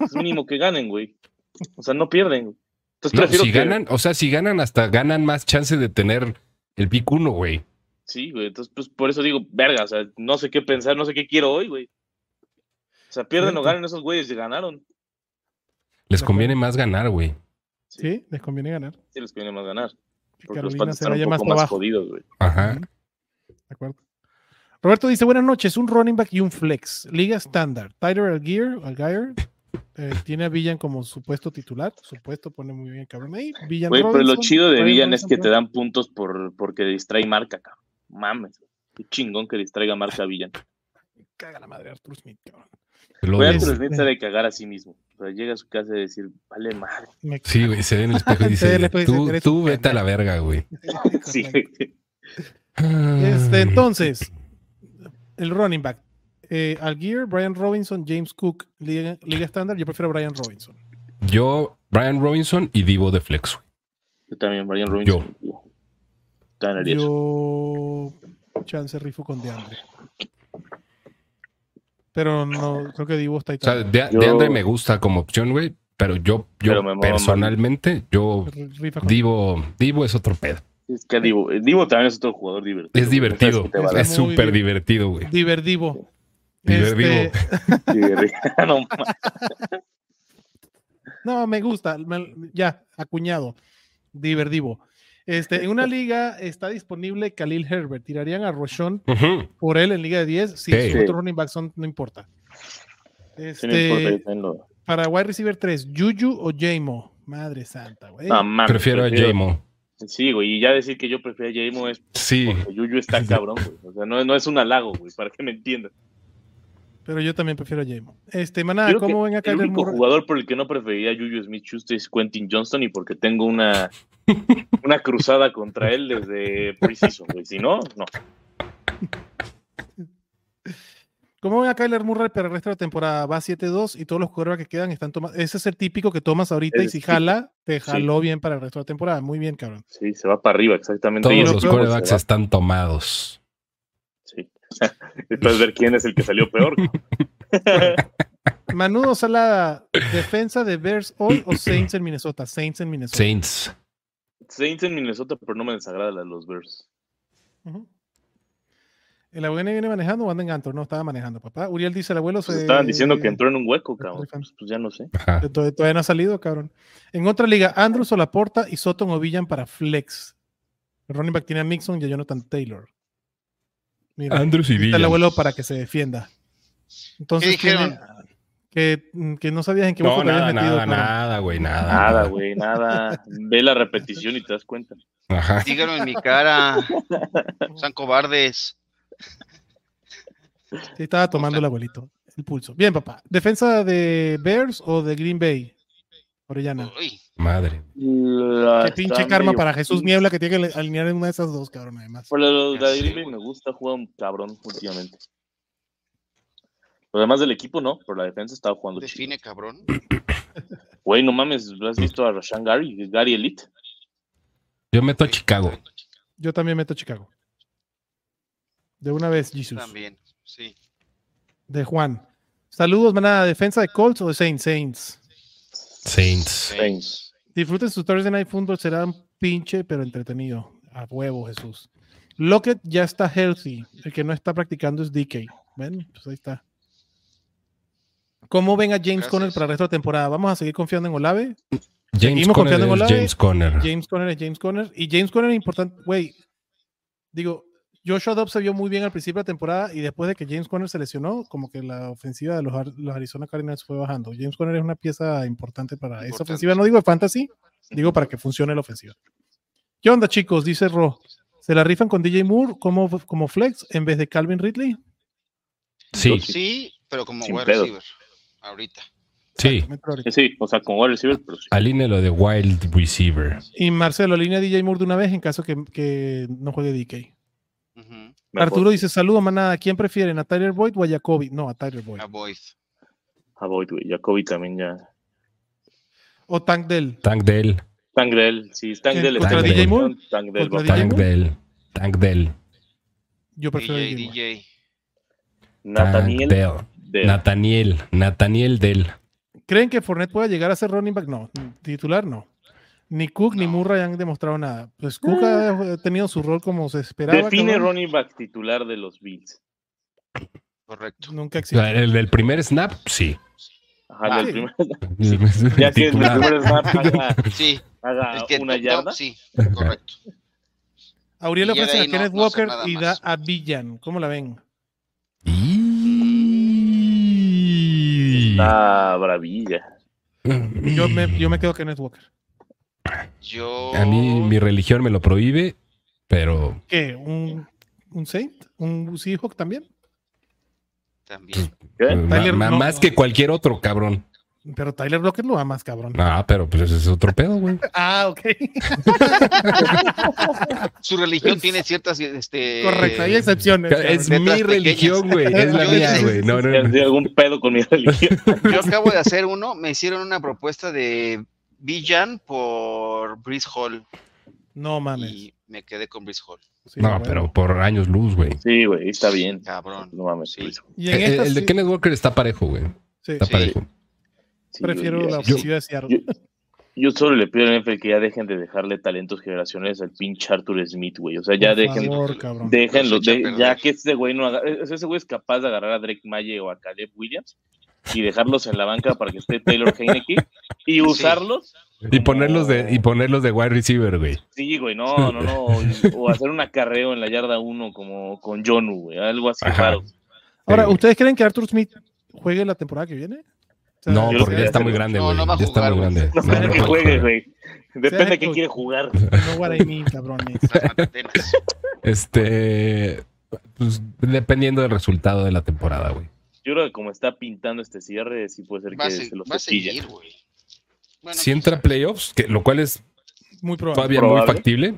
Es mínimo que ganen, güey. O sea, no pierden, güey. Entonces
No,
prefiero
si
que.
ganan, o sea, si ganan hasta ganan más chance de tener el pick 1, güey.
Sí, güey. Entonces, pues por eso digo, verga, o sea, no sé qué pensar, no sé qué quiero hoy, güey. O sea, pierden o
Neta.
ganan esos güeyes, ganaron.
Les
Ajá.
conviene más ganar, güey.
Sí, les conviene ganar.
Sí, les conviene más ganar.
Que
Porque los
Carolina
patos
se
están
vaya
un
más
poco
para
más
abajo.
jodidos, güey.
Ajá.
De acuerdo. Roberto dice, buenas noches, un running back y un flex. Liga estándar. Tyler Algier, Algier eh, tiene a Villan como supuesto titular. Supuesto, pone muy bien cabrón ahí. Villan
Güey, pero lo
Robinson,
chido de
Brian
Villan es
Robinson,
que te
Brian-
dan puntos por porque distrae marca, cabrón. Mames. Qué chingón que distraiga marca a Villan.
Caga la madre Arthur Smith, cabrón.
Lo
Voy a
des-
transmitirse de cagar a sí mismo. O sea, llega a su casa y decir, vale madre.
Me-
Sí, güey, se ve en el espejo y
Se ve en el espejo
dice,
y dice,
tú,
"Eres
tú
un
vete a la verga, güey.
Sí.
Este,
Mm.
entonces, el running back. Eh, Algier, Brian Robinson, James Cook, Liga Liga estándar. Yo prefiero a Brian Robinson.
Yo, Brian Robinson y Divo de Flex, güey.
Yo también, Brian Robinson. Yo. Ganaría eso.
Yo chance rifo con DeAndre. Pero no, creo que Divo está ahí.
O sea,
también.
de,
Yo-
de Andre me gusta como opción, güey, pero yo, yo
Pero me mama
personalmente, yo
Rifa con-
Divo, Divo es otro pedo.
Es que Divo, eh, Divo también es otro jugador divertido.
Es divertido,
No sabes qué te va a dar.
es
Muy
súper
bien.
divertido, güey.
Diver Divo.
Diverdivo.
Este,
Divertido. Ah, No mames.
no, me gusta. me- ya, acuñado. Diver Divo. Este, en una liga está disponible Khalil Herbert. Tirarían a Roshon
Ujú.
por él en liga de 10. Si
Sí.
es
Sí.
otro running back son, no importa.
Sí, no importa,
Este,
yo también lo-
para wide receiver 3, Juju o Jamo. Madre santa, güey.
No, mames,
Prefiero a Jamo.
Sí, güey, y ya decir que yo prefiero a Jamo es
Sí,
porque Yuyu está cabrón, güey. O sea, no, no es un halago, güey, para que me entiendas.
Pero yo también prefiero a Jamo. Este, maná,
Creo
¿cómo
que
ven a
El
Kyler
único
Murray?
jugador por el que no preferiría a Juju Smith Schuster es Quentin Johnston y porque tengo una, una cruzada contra él desde preseason, güey. Si no, no.
¿Cómo ven a Kyler Murray para el resto de la temporada? Va 7-2 y todos los quarterbacks que quedan están tomando. Ese es el típico que tomas ahorita y
El
si
típico.
jala, te jaló bien para el resto de la temporada. Muy bien, cabrón.
Sí, se va para arriba, exactamente. Y
todos
ese
los
juego se
corebacks
va,
están tomados.
Sí. Después ver quién es el que salió peor.
Manudo Salada, defensa de Bears hoy o Saints en Minnesota. Saints en Minnesota.
Saints.
Saints en Minnesota, pero no me desagrada la de los Bears.
Ujú. ¿El abuelo viene manejando o anda en antro? No, estaba manejando, papá. Uriel dice, el abuelo
Pues
se...
estaban diciendo que entró en un hueco,
se
cabrón.
rifan.
Pues, pues ya no sé.
Ajá.
Tod- Todavía no ha salido, cabrón. En otra liga, Andrews o Laporta y Sutton o Villan para flex. El running back tiene a Mixon y a Jonathan Taylor. Mira,
Andrews y
está el
Villan.
abuelo para que se defienda. Entonces,
¿Qué dijeron?
tiene- que, mm, que no sabías en qué
No,
hueco te habías
nada,
metido,
nada,
cabrón.
nada, güey, nada.
Nada, güey, nada. Ve la repetición y te das cuenta.
Ajá.
Díganlo en mi cara. Son cobardes.
Sí, estaba tomando el abuelito, el pulso. Bien, papá. ¿Defensa de Bears o de Green Bay? Orellana.
Uy,
Madre.
La-
Qué pinche
está
karma
medio
para Jesús
pinche.
Niebla que tiene que le- alinear en una de esas dos, cabrón, además.
Por lo
Ya
de
sé,
Green Bay
güey.
me gusta jugar un cabrón últimamente. Los demás del equipo no, pero la defensa estaba jugando chido.
define, cabrón.
Güey, no mames, ¿lo has visto a Rashan Gary? Gary Elite.
Yo meto a Chicago.
Yo también meto a Chicago. De una vez, Jesus.
También, sí.
De Juan. Saludos, manada. ¿Defensa de Colts o de Saints? Saints.
Saints.
Saints.
Disfruten su Thursday Night Football. Será un pinche, pero entretenido. A huevo, Jesús. Lockett ya está healthy. El que no está practicando es DK. Ven, pues ahí está. ¿Cómo ven a James
Gracias.
Conner para el resto de la temporada? ¿Vamos a seguir confiando en Olave?
James
Seguimos
Conner
confiando en
es
Olave.
James Conner.
James Conner es James Conner. Y James Conner es importante, güey. Digo, Joshua Dobbs se vio muy bien al principio de la temporada y después de que James Conner se lesionó, como que la ofensiva de los, Ar- los Arizona Cardinals fue bajando. James Conner es una pieza importante para esa
Importante.
ofensiva. No digo de fantasy, digo para que funcione la ofensiva. ¿Qué onda, chicos? Dice Ro. ¿Se la rifan con DJ Moore como, como flex en vez de Calvin Ridley?
Sí,
Yo-
Sí, pero como
Sin
wide
pedo.
receiver. Ahorita.
Sí,
Eh, Sí, o sea, con wide receiver, pero
Ah,
sí.
aline lo de wild receiver.
Y Marcelo, línea DJ Moore de una vez en caso que, que no juegue DK.
Ujú,
mejor.
Arturo dice, saludo manada, ¿quién prefieren? ¿A Tyler Boyd o a Jacoby? No, a Tyler Boyd.
a Boys.
A Boyd, Ah, güey. Jacoby también ya.
O Tank Dell.
Tank Dell.
Tangrel, sí, Tangrel
¿Contra
está
DJ
bien.
Moore?
Tangrel,
¿Contra
papá.
DJ
Tank Dell. Tank Dell.
Yo prefiero
DJ,
DJ Moore.
DJ.
Tank
Nathaniel.
Dell.
Dell.
Nathaniel. Nathaniel Dell.
¿Creen que Fournette pueda llegar a ser running back? No, titular no. Ni Cook ni
No.
Murray han demostrado nada. Pues Cook ha ha tenido su rol como se esperaba.
Define
cabrón.
running back titular de los Bills.
Correcto.
Nunca
O
existió.
sea, El del primer snap, sí.
Ajá,
Ah,
del
sí.
primer- ya
Titular.
que el primer snap haga,
Sí,
haga
el que
Ah, una
top,
yarda.
top, sí, correcto.
Auriel
Y ya de
ofrece a
ahí no-
Kenneth
no sé
Walker
nada
y da
más.
a Villan. ¿Cómo la ven?
Y-
Ah, bravilla.
Yo me, yo me quedo Kenneth Walker.
Yo.
A mí mi religión me lo prohíbe, pero
¿Qué? ¿Un, un Saint? ¿Un Seahawk también?
También.
eh,
¿Qué?
ma-
Tyler,
ma-
no.
más que cualquier otro cabrón.
Pero Tyler Lockett lo amas, cabrón.
Ah, pero pues ese es otro pedo, güey.
Ah, ok.
Eh, Su religión tiene ciertas. Este,
Correcto, hay excepciones. cabrón.
Es mi
letras
religión, güey. Es la
Yo
mía,
hice-
güey. No, no, no.
De algún pedo con mi religión.
Yo acabo de hacer uno, me hicieron una propuesta de Villan por Brice Hall
No mames.
y me quedé con Brice Hall.
Sí,
No,
bueno.
pero por años luz, güey.
Sí, güey, está bien.
Cabrón.
No mames.
Sí.
güey.
Y en
El,
esta
el de
sí-
Kenneth Walker está parejo, güey.
sí,
Está
Sí.
parejo.
Sí,
prefiero
güey,
la
ya.
sí.
ofensiva de Seattle.
Yo, yo solo le pido al NFL que ya dejen de dejarle talentos generacionales al pinche Arthur Smith, güey. O sea, ya
Por
dejen,
favor, cabrón.
déjenlo.
Los echa a
de-
perder.
ya que ese güey no haga- o sea, ese güey es capaz de agarrar a Drake Maye o a Caleb Williams y dejarlos en la banca para que esté Taylor Heineke y usarlos.
Y ponerlos de, y ponerlos de wide receiver, güey.
Sí, güey, no, no, no. O hacer un acarreo en la yarda 1 como con Jonu, güey. Algo así
Ajá.
raro.
Ahora,
este
güey.
¿ustedes creen que Arthur Smith juegue la temporada que viene? O sea,
No,
yo
porque
sé.
ya está muy grande,
No,
güey.
no va a
ya está
jugar,
muy
güey.
grande.
No sé
no
que
puede
juegue,
jugar.
güey. Depende de qué
coach.
quiere jugar.
No what I mean, cabrones.
Las matatenas.
Este. Pues dependiendo del resultado de la temporada, güey.
Yo creo que como está pintando este cierre, sí puede ser
Va a,
que
se-
se los
va a
cepille.
seguir, güey. Bueno, pues,
Si entra a playoffs, que, lo cual es
Muy probable.
todavía muy
Probable.
factible,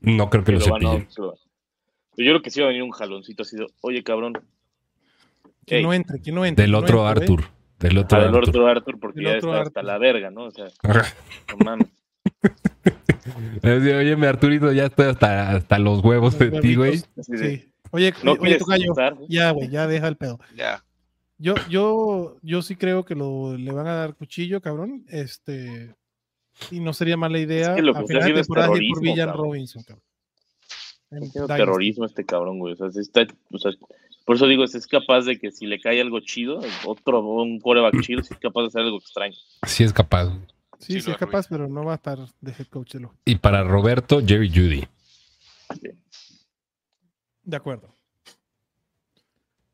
no creo que
que
lo
lo van a-
cepillen.
que lo van. Pero yo creo que sí va a venir un jaloncito así de, oye cabrón,
Que
Ey.
no entre, que no entre.
Del
que no
otro
entre, ¿eh? güey.
Arthur. Del otro
al
Arthur.
otro Arthur porque
El
ya
otro
está
Arthur.
hasta la verga, ¿no? O sea,
Ajá.
no mames.
Así, Oye, mi Arturito, ya estoy hasta, hasta los huevos de ti, güey.
Así de,
Sí. Oye,
No
oye,
quieres
tocayo,
usar,
Ya, güey, ya deja el pedo.
Ya.
Yo, yo, yo sí creo que lo, le van a dar cuchillo, cabrón. Este. Y no sería mala idea
Es que lo que
a
está
final de
haciendo es
temporada ir por
terrorismo,
Villan
cabrón.
Robinson, cabrón. En
haciendo
Dynasty.
terrorismo este cabrón, güey. O sea, sí está, o sea, por eso digo, sí es capaz de que si le cae algo chido, otro un coreback chido, sí es capaz de hacer algo extraño.
Sí es capaz.
Sí,
Sí,
sí
lo
es capaz, pero no va a estar de head coach de los.
Y para Roberto, Jerry Judy.
De acuerdo.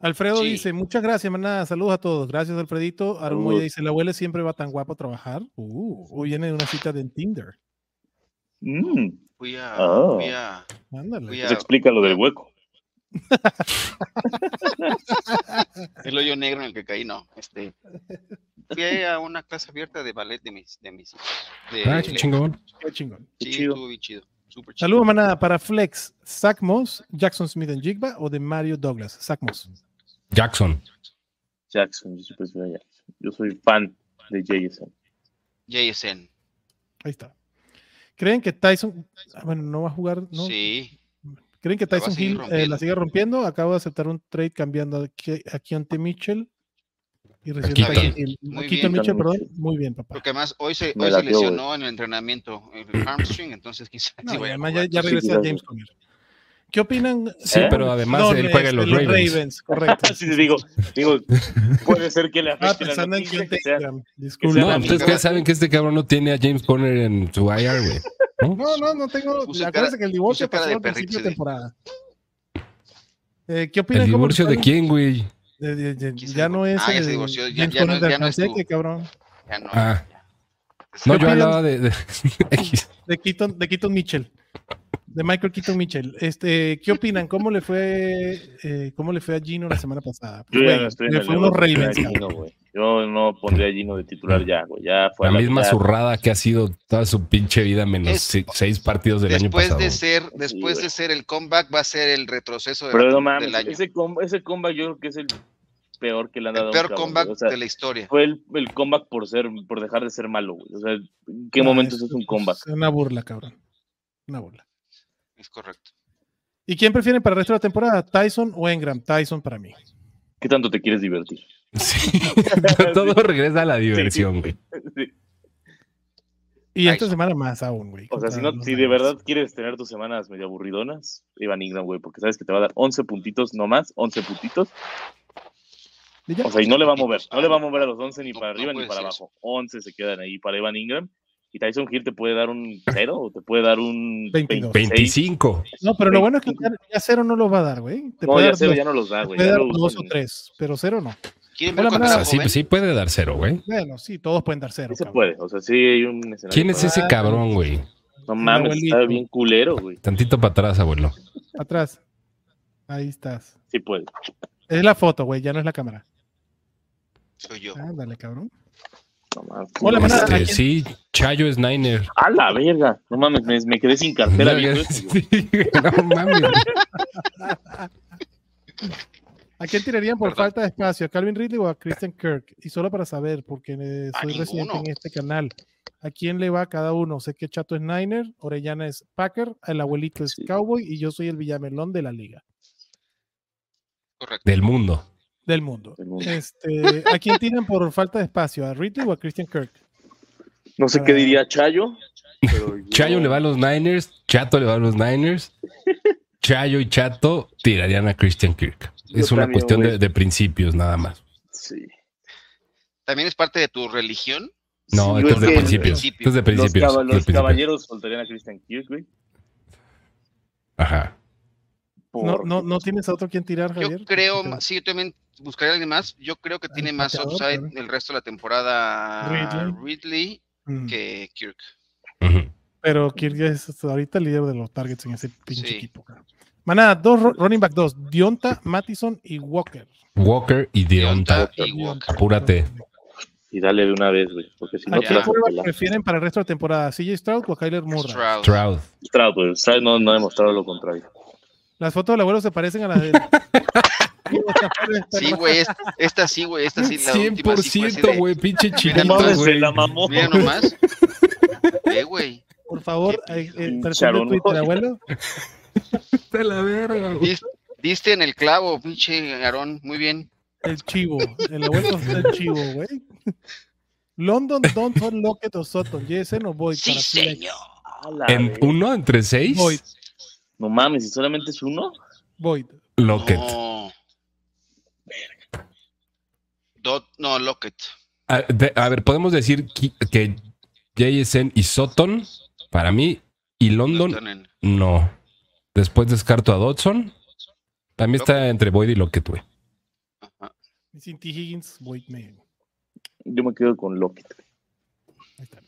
Alfredo
Sí.
dice, muchas gracias, manada. Saludos a todos. Gracias, Alfredito. Armuya
Saludos.
dice, la abuela siempre va tan guapo a trabajar. Uh, hoy viene de una cita de Tinder.
Mm,
Fui a.
Ah.
Fui a.
Ándale.
Fui
eso
a
explica lo del hueco.
el hoyo negro en el que caí, no. Este. Fui a una clase abierta de ballet de mis. De mis de,
Ah, qué chingón.
Qué chingón.
Sí,
chido.
estuvo bien chido. Súper chido.
Saludos, manada. Para Flex, Zach Moss, Jackson Smith en Jigba o de Mario Douglas. Zach Moss.
Jackson.
Jackson, yo, sí prefiero a Jackson. Yo soy fan de Jason.
JSN.
Ahí está. ¿Creen que Tyson... ah, Bueno, no va a jugar, ¿no?
Sí.
¿Creen que
La va a
Tyson
seguir
Hill eh, la
rompiendo.
sigue rompiendo? Acabo de aceptar un trade cambiando a Ke- a Keontae Mitchell. Y recién
Keaton.
Tyson Hill-
Muy
a
bien.
Keaton Mitchell,
Keaton
perdón.
Mitchell.
Muy bien, papá.
Porque además hoy se,
Me
hoy se
latió, güey.
lesionó en el entrenamiento el hamstring, entonces quizás
No,
sí
y
vaya a
además ya,
jugar.
ya
Sí,
regresa
claro.
James Conner. ¿Qué opinan?
Sí,
¿Eh?
pero además
No,
él juega en
este,
los Ravens.
correcto.
Así te digo, digo, puede ser que le
Ah,
afecte la
pensando en
noticia
Keontae
que sea-
Ingram.
sea
No,
Disculpa.
la
ustedes
amiga.
ya saben que este cabrón no tiene a James Conner en su IR, güey. ¿no?
No, no, no tengo.
Puse
acuérdense
cara-
que el divorcio
puse cara
pasó
de
al principio de
perriche de-
temporada. Eh, ¿Qué opinan?
¿El
cómo
divorcio de
están?
quién, güey?
De- de- de-
¿Quién se
ya no
divorció?
es.
Ah, ya
el
se divorció, ya-
James
ya no-
Conner de
ya no es
Alcateque, cabrón.
Ya no.
Ah.
ya.
No,
¿Qué
yo
opinan?
hablaba de. de-
De Keaton, de Keaton Mitchell. de Michael Keaton Mitchell. Este, ¿Qué opinan? ¿Cómo le fue, eh, cómo le fue a Gino la semana pasada?
Yo ya
Güey,
no estoy en
le
el
fue
level
unos
de poner a
Ravens. cabrón.
Gino, güey. Yo no pondría a Gino de titular ya, güey. Ya fue
La
a la
misma
mitad.
zurrada que ha sido toda su pinche vida, menos
Es-
se- seis partidos del año
Después
pasado.
de ser, después
güey.
de ser el comeback, va a ser el retroceso de
Pero
la-
no mames,
del año.
ese, com- ese comeback yo creo que es el peor que le han dado.
el
a un
peor
cabrón,
comeback
güey. O sea,
de la historia.
Fue el, el comeback por ser, por dejar de ser malo, güey. O sea, ¿en qué
No,
momentos es un comeback?
Ah, Es una burla, cabrón. Una burla.
Es correcto.
¿Y quién prefieren para el resto de la temporada? ¿Tyson o Engram? Tyson para mí.
¿Qué tanto te quieres divertir?
Sí. Todo regresa a la diversión, güey.
Sí.
Y esta
Tyson.
semana más aún, güey.
O
contra
sea, si, no,
los
si de
Ravens.
verdad quieres tener tus semanas medio aburridonas, Evan Ingram, güey, porque sabes que te va a dar 11 puntitos nomás, 11 puntitos.
Y ya.
O sea, y no le va a mover, no le va a mover a los 11 ni
No,
para
no
arriba ni
puede
para
ser.
abajo. 11 se quedan ahí para Evan Ingram. Y Tyson Hill te puede dar un 0 o te puede dar un
22.
26.
25.
No, pero lo bueno es que ya, ya cero no los va a dar, güey. Te
No,
puede
ya
dar
cero
dos,
ya no los da,
te
güey.
puede
ya
dar
lo
dos o
usan.
tres, pero cero no.
¿Quieren
Hola,
ver cuando
O
Manada.
era
sea, sí,
joven?
sí puede dar cero, güey.
Bueno, sí, todos pueden dar cero.
Sí se
cabrón.
puede, o sea, sí hay un escenario.
¿Quién es
para-
ese cabrón, güey?
No mames,
abuelito?
está bien culero, güey.
Tantito para atrás, abuelo.
Atrás. Ahí estás.
Sí puede.
Es la foto, güey, ya no es la cámara.
Soy yo.
Ándale, cabrón.
No mames.
Hola, manada. ¿a
Este,
quién?
sí, Chayo es Niner.
A la verga. No mames, me, me quedé sin cartera. viendo esto, güey.
Sí, no mames.
¿A quién tirarían por
Perdón.
falta de espacio? ¿A Calvin Ridley o a Christian Kirk? Y solo para saber, porque eh,
A
soy residente
ninguno.
en este canal. ¿A quién le va cada uno? Sé que Chato es Niner, Orellana es Packer, el abuelito es
Sí.
Cowboy y yo soy el villamelón de la liga,
Correcto.
Del mundo.
del mundo.
Del mundo.
Este, ¿A quién tiran por falta de espacio? ¿A Ridley o a Christian Kirk?
No sé qué diría Chayo. pero yo-
Chayo le va a los Niners, Chato le va a los Niners. Chayo y Chato tirarían a Christian Kirk.
Yo
Es una
también,
cuestión de,
güey.
de principios, nada más.
Sí.
¿También es parte de tu religión?
No,
Sí,
esto es
yo
de
es que-
principios. Esto es de
Los, caba-
principios. esto es de
los
principios.
caballeros soltarían a Christian Kirk, güey.
Ajá.
No,
por-
no, ¿No tienes a otro quien tirar, Javier? Este,
Yo creo,
Porque-
ma- sí, yo también buscaría a alguien más. Yo creo que tiene más
pateador,
upside
claro.
el resto de la temporada
Ridley.
Ridley
Mm,
que Kirk.
Ujú.
Pero Kirk es ahorita el líder de los targets en ese pinche
Sí.
equipo. cabrón. Manada, dos ro- running back, dos. Dionta, Mattison y Walker.
Walker y Deonta.
Deonta y Walker.
Apúrate.
Y dale de una vez, güey. Porque si
¿A
no
Ya.
te
quién
vas a
quarterback
pelar.
prefieren para el resto de la temporada? ¿CJ Stroud o a Kyler Murray?
Stroud.
Stroud.
Stroud, güey. Stroud pues, no, no ha demostrado lo contrario.
Las fotos del abuelo se parecen a las de...
Sí, güey, es- esta sí, güey, esta sí, la última sí fue así
100%,
de-
güey. Pinche
Mira
chiquito,
nomás,
güey.
mamó.
Mira nomás. Eh, güey.
Por favor,
Qué
eh, eh,
pinche
perfil de
Aaron
Twitter,
Rodgers.
abuelo.
Te la verga, güey.
dis- Diste en el clavo, pinche Aarón. Muy bien.
El chivo. El abuelo es el chivo, güey. London, Donton, Lockett o Sutton. Yo ese no voy.
Sí,
para Philadelphia.
señor.
A la
En
verga.
uno, entre seis,
Voy,
No mames, si solamente es uno.
voy.
Lockett.
No. Dot, no, Lockett.
A, de- a ver, podemos decir qui- que JSN y Sutton, para mí, y
No
London,
están en-
no. Después descarto a Dodson. También está entre Boyd y Lockett, güey.
Ajá.
Y Sin T. Higgins, voy. me-
Yo me quedo con Lockett.
Ahí está.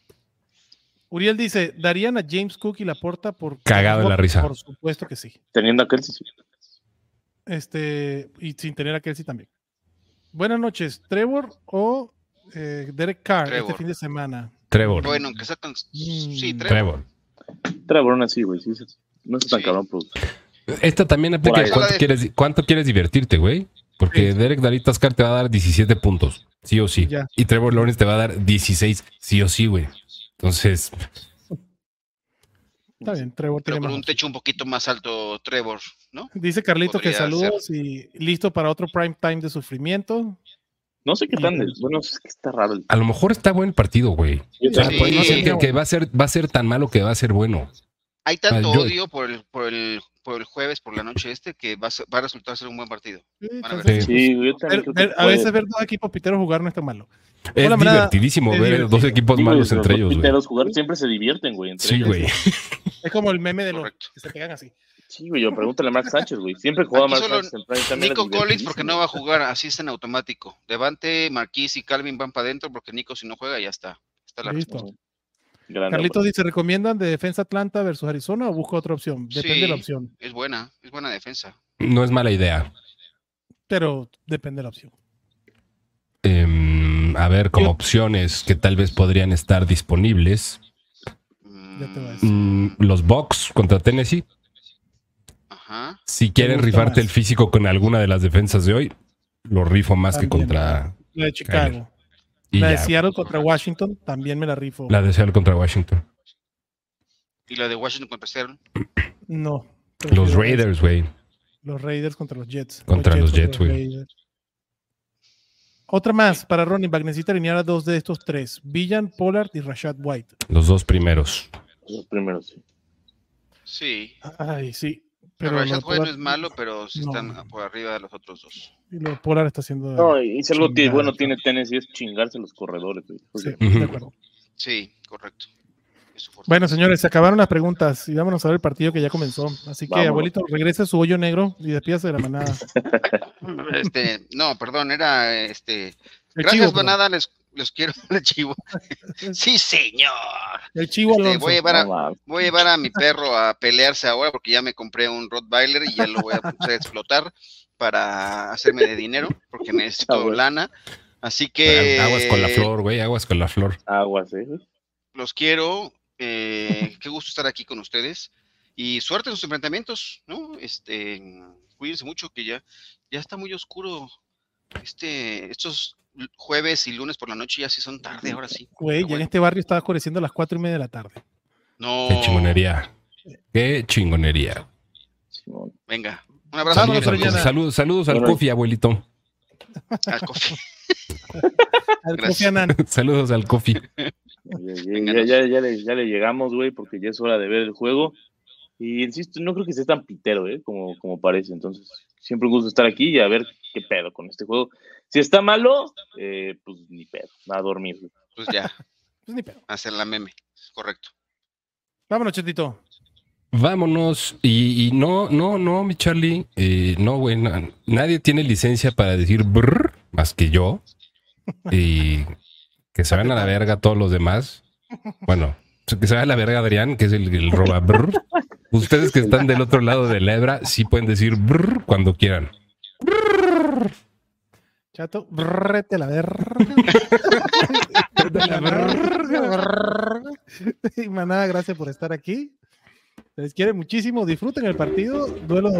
Uriel dice, ¿darían a James Cook y Laporta por...
Cagado de la risa.
Por supuesto que sí.
Teniendo a Kelsey. sí.
Este, y sin tener a Kelsey también. Buenas noches, Trevor o eh, Derek Carr este
Trevor.
fin de semana.
Trevor.
Bueno, aunque sacan. Sí,
Mm,
tres.
Trevor.
Trevor aún así, güey. sí, sí. no es tan
Sí.
cabrón, pues. pero
Esta también aplica.
Por ahí.
¿Cuánto quieres, cuánto quieres divertirte, güey? Porque Derek Daritascar te va a dar 17 puntos, sí o sí.
Ya.
Y Trevor Lawrence te va a dar 16, sí o sí, güey. Entonces,
Está bien, Trevor
Pero
tiene
con
más
un
opciones.
techo un poquito más alto, Trevor, ¿no?
Dice Carlito que
podría
saludos y listo para otro prime time de sufrimiento.
No sé qué tan. Bueno, es que está raro. el-
a lo mejor está buen partido, güey. O sea,
Sí.
puede no ser que,
Sí.
que va, a ser, va a ser tan malo que va a ser bueno.
Hay tanto
Ah, yo-
odio por el, por el, por el jueves, por la noche este, que va a, ser- va a resultar ser un buen partido.
Sí,
Van a ver.
entonces,
Sí, güey, yo también
ver-
creo que
ver- a
puede.
veces ver dos equipos piteros jugar no está malo.
Es
Hola, manada.
divertidísimo
Es
ver
divertido.
dos equipos
Sí, güey,
malos
los
entre
dos
ellos, güey.
piteros jugar siempre se divierten, güey. entre
Sí,
ellos.
güey.
Es como el meme de los
Correcto.
que se pegan así.
Sí, güey, yo pregúntale a Mark Sánchez, güey. Siempre jugaba
Aquí
Mark
solo
Sánchez en prime time, era
Nico Collins, porque no
divertidísimo.
va a jugar, así es en automático. Levante, Marquis y Calvin van para adentro, porque Nico, si no juega, ya está. Está la
Listo.
respuesta.
Gran
Carlitos dice, ¿recomiendan de defensa Atlanta versus Arizona o busco otra opción? Depende de la
Sí.
opción,
Es buena, es buena defensa.
No es mala idea.
pero depende de la opción.
Em, a ver, como
Yo-
opciones que tal vez podrían estar disponibles.
Ya te voy a
Mm,
decir.
mm, los Bucks contra Tennessee.
Ajá.
Si quieren
gusta
rifarte
más?
el físico con alguna de las defensas de hoy, lo rifo más que
También.
contra...
La de Chicago.
Y
la de
ya.
Seattle contra Washington también me la rifo.
la de Seattle contra Washington.
Y la de Washington contra Seattle.
No.
Los
prefiero-
Raiders, güey.
Los Raiders contra los Jets.
Contra los Jets,
contra
güey.
Raiders. Otra más para Ronnie Back. Necesita alinear a dos de estos tres: Villan, Pollard y Rashad White.
Los dos primeros.
Los primeros, sí.
Sí.
Ay, sí.
Pero,
Pero lo de
Rashad White no
Pollard-
es malo, pero sí
No.
están por arriba de los otros dos.
y lo de Pollard está haciendo.
No, y si algo tiene-
Chingar.
bueno tiene Tennessee es chingarse los corredores. güey. O
Sí,
sea,
Ujú.
de acuerdo.
Sí, correcto. Es su fortaleza.
Bueno, señores, se acabaron las preguntas y vámonos a ver el partido que ya comenzó. Así que,
Vámonos.
abuelito, regrese a su hoyo negro y despídase de la manada.
Este, no, perdón, era este.
El
Gracias,
chivo, perdón.
manada, les, les quiero el chivo. sí, señor.
El chivo
Este,
Alonso.
voy a llevar a,
no mames.
Voy a llevar a mi perro a pelearse ahora porque ya me compré un Rottweiler y ya lo voy a empezar a explotar para hacerme de dinero porque
Ah,
necesito
bueno.
lana. Así que
Aguas con la flor, güey. Aguas con la flor.
Aguas, ¿eh?
los quiero. eh, qué gusto estar aquí con ustedes y suerte en sus enfrentamientos, ¿no? Este, cuídense mucho que ya ya está muy oscuro. Este, estos jueves y lunes por la noche ya sí son tarde, ahora sí.
Güey,
Pero
ya en
bueno,
este barrio estaba oscureciendo a las cuatro y media de la tarde.
no.
Qué chingonería. Qué chingonería.
Simón.
Venga, un abrazo.
Vámonos,
Saludos al,
Orellana.
Kofi, saludos, saludos al
Bueno.
Kofi, abuelito.
Al coffee.
Al
Gracias.
Kofi Annan.
saludos al Kofi.
Ya,
Venga,
ya, ya- ya le, ya le llegamos, güey, porque ya es hora de ver el juego. Y insisto, no creo que sea tan pitero, ¿eh? Como, como parece. Entonces, siempre un gusto estar aquí y a ver qué pedo con este juego. Si está malo, eh, pues ni pedo, a dormir. güey.
Pues ya,
Pues ni pedo.
hacer la meme. Correcto.
Vámonos, Chetito.
Vámonos. Y, y no, no, no, mi Charlie. eh, no, güey. na- nadie tiene licencia para decir brr más que yo. Y que se van a la verga todos los demás. Bueno, que se vaya a la verga Adrián, que es el, el roba brr. Ustedes que están del otro lado de la hebra, sí pueden decir brr cuando quieran.
Chato, brrrete la verga.
la
verga. Y manada, gracias por estar aquí. Se Les quiere muchísimo. Disfruten el partido. Duelo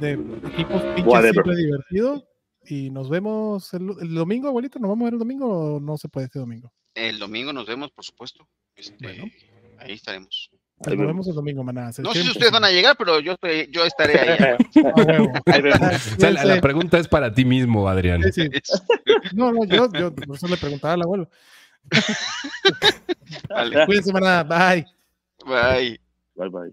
de equipos pinches
Whatever.
siempre divertido. Y nos vemos el, el domingo, abuelito. ¿Nos vamos a ver el domingo o no se puede este domingo?
El domingo nos vemos, por supuesto. Este,
Bueno.
Ahí estaremos.
Nos
vemos.
vemos el domingo, manada. Se
No sé
quieren
si ustedes van a llegar, pero yo, estoy- yo estaré ahí.
muchísimo. A huevo.
Ahí vemos.
O sea, la, la pregunta es para ti mismo, Adrián.
Sí, sí.
Este,
No, no, yo, yo por eso le preguntaba al abuelo.
Vale.
Cuídense, manada. Bye.
Bye.
Bye, bye.